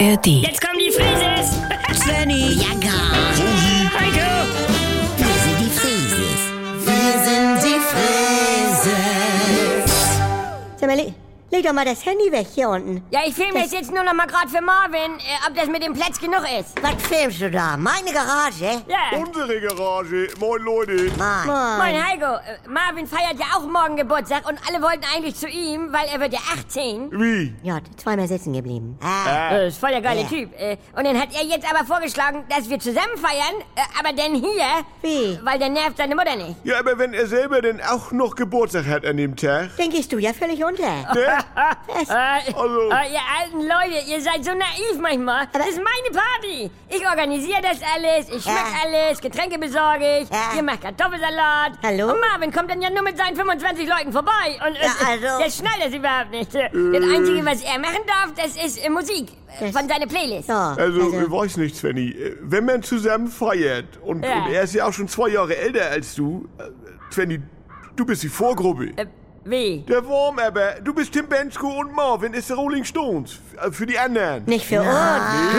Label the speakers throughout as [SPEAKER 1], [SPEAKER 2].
[SPEAKER 1] ARD.
[SPEAKER 2] Jetzt kommen die Frises!
[SPEAKER 3] Svenny,
[SPEAKER 4] Ja, gar.
[SPEAKER 2] Heiko!
[SPEAKER 4] Wir sind die Frieses. Wir sind die Frieses.
[SPEAKER 5] Sag mal, leg, leg doch mal das Handy weg hier unten.
[SPEAKER 2] Ja, ich filme das jetzt nur noch mal gerade für Marvin, äh, ob das mit dem Platz genug ist. Oh
[SPEAKER 5] Was filmst du da? Meine Garage?
[SPEAKER 2] Ja.
[SPEAKER 6] Unsere Garage. Moin Leute.
[SPEAKER 5] Mann.
[SPEAKER 2] Moin Heiko, Äh, Marvin feiert ja auch morgen Geburtstag und alle wollten eigentlich zu ihm, weil er wird ja 18.
[SPEAKER 6] Wie?
[SPEAKER 5] Ja, zweimal sitzen geblieben.
[SPEAKER 4] Ah,
[SPEAKER 2] Das ist voll der geile Typ. Äh, Und dann hat er jetzt aber vorgeschlagen, dass wir zusammen feiern, äh, aber dann hier,
[SPEAKER 5] Wie?
[SPEAKER 2] weil der nervt seine Mutter nicht.
[SPEAKER 6] Ja, aber wenn er selber denn auch noch Geburtstag hat an dem Tag.
[SPEAKER 5] Den gehst du ja völlig unter.
[SPEAKER 6] Ne?
[SPEAKER 2] Äh,
[SPEAKER 6] Also-
[SPEAKER 2] äh, ihr alten Leute, ihr seid so naiv manchmal. das ist meine Party. Ich organisiere das alles, ich schmeck
[SPEAKER 5] Ja.
[SPEAKER 2] alles, Getränke besorge ich,
[SPEAKER 5] Ja.
[SPEAKER 2] ihr macht Kartoffelsalat.
[SPEAKER 5] Hallo?
[SPEAKER 2] Und Marvin kommt dann ja nur mit seinen 25 Leuten vorbei. Und
[SPEAKER 5] Ja, also-
[SPEAKER 2] jetzt schnallt das überhaupt nicht. Das
[SPEAKER 6] Äh.
[SPEAKER 2] Einzige, was er machen darf, das ist äh, Musik äh,
[SPEAKER 5] Das-
[SPEAKER 2] von seiner Playlist.
[SPEAKER 5] Ja,
[SPEAKER 6] Also, ich weiß nicht, Svenny. Äh, Wenn man zusammen feiert und,
[SPEAKER 2] Ja.
[SPEAKER 6] und er ist ja auch schon zwei Jahre älter als du, äh, Svenny, du bist die Vorgruppe.
[SPEAKER 2] Äh, wie?
[SPEAKER 6] Der Wurm aber, du bist Tim Bensko und Marvin ist der Rolling Stones. Äh, Für die anderen.
[SPEAKER 5] nicht für uns.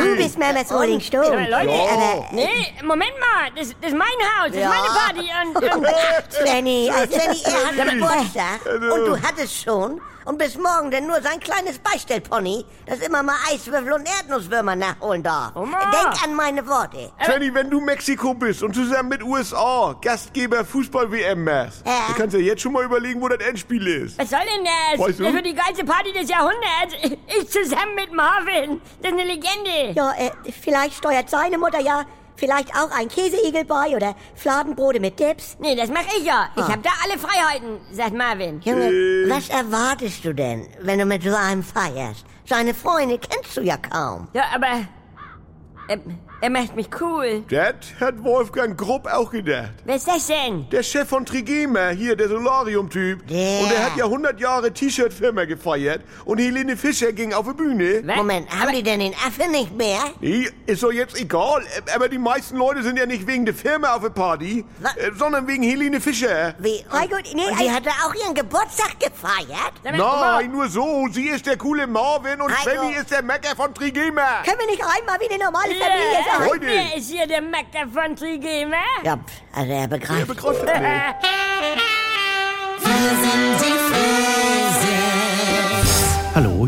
[SPEAKER 5] Du bist Mamas Rolling
[SPEAKER 2] Äh,
[SPEAKER 5] Stone.
[SPEAKER 2] Leute,
[SPEAKER 6] Ja.
[SPEAKER 2] nee, Moment mal, das, das ist mein Haus, das
[SPEAKER 4] Ja.
[SPEAKER 2] ist meine Party und, und
[SPEAKER 5] Svenny, als
[SPEAKER 4] Svenny, er hat
[SPEAKER 5] Geburtstag
[SPEAKER 6] Also-
[SPEAKER 5] und du hattest schon und bis morgen denn nur sein kleines Beistellpony, das immer mal Eiswürfel und Erdnusswürmer nachholen darf.
[SPEAKER 2] Oma.
[SPEAKER 5] Denk an meine Worte.
[SPEAKER 6] Äh. Svenny, wenn du Mexiko bist und zusammen mit USA Gastgeber Fußball-WM machst,
[SPEAKER 5] Ja.
[SPEAKER 6] dann kannst du jetzt schon mal überlegen, wo das Endspiel ist.
[SPEAKER 2] Was soll denn das?
[SPEAKER 6] Weißt du?
[SPEAKER 2] Das wird die geilste Party des Jahrhunderts. Ich zusammen mit Marvin. Das ist eine Legende.
[SPEAKER 5] Ja, äh, vielleicht steuert seine Mutter ja vielleicht auch ein Käseigel bei oder Fladenbrote mit Dips.
[SPEAKER 2] Nee, das mach ich ja. Ich
[SPEAKER 5] Ah.
[SPEAKER 2] hab da alle Freiheiten, sagt Marvin.
[SPEAKER 5] Junge, was erwartest du denn, wenn du mit so einem feierst? Seine Freunde kennst du ja kaum.
[SPEAKER 2] Ja, aber er, er macht mich cool.
[SPEAKER 6] Das hat Wolfgang Grupp auch gedacht.
[SPEAKER 2] Wer ist das denn?
[SPEAKER 6] Der Chef von Trigema, hier, der Solarium-Typ.
[SPEAKER 5] Yeah.
[SPEAKER 6] Und der hat ja 100 Jahre T-Shirt-Firma gefeiert. Und Helene Fischer ging auf die Bühne.
[SPEAKER 2] Was?
[SPEAKER 5] Moment, haben die denn den Affen nicht mehr?
[SPEAKER 6] Nee, ist doch jetzt egal. Aber die meisten Leute sind ja nicht wegen der Firma auf der Party,
[SPEAKER 5] Was?
[SPEAKER 6] äh, sondern wegen Helene Fischer.
[SPEAKER 5] Wie?
[SPEAKER 2] Heiko, nee,
[SPEAKER 5] und
[SPEAKER 2] ich-
[SPEAKER 5] die hat da auch ihren Geburtstag gefeiert?
[SPEAKER 2] Sag mal,
[SPEAKER 6] Nein, nur so. Sie ist der coole Marvin und
[SPEAKER 5] Heiko.
[SPEAKER 6] Svenny ist der Mecker von Trigema.
[SPEAKER 5] Können wir nicht einmal wie eine normale
[SPEAKER 2] Ja,
[SPEAKER 5] Familie sein?
[SPEAKER 6] Leute.
[SPEAKER 2] Wer ist hier der Mac davon Trigema?
[SPEAKER 5] Ja, pf, also er
[SPEAKER 6] Er
[SPEAKER 5] begreift.
[SPEAKER 6] begreift das
[SPEAKER 2] Äh,
[SPEAKER 6] nicht.
[SPEAKER 4] Wir sind die Frieses.
[SPEAKER 7] Hallo,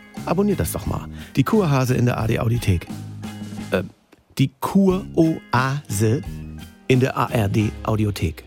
[SPEAKER 7] Abonniert das doch mal. Die Kurhase in der AD Audiothek. Äh, die Kuroase in der ARD Audiothek.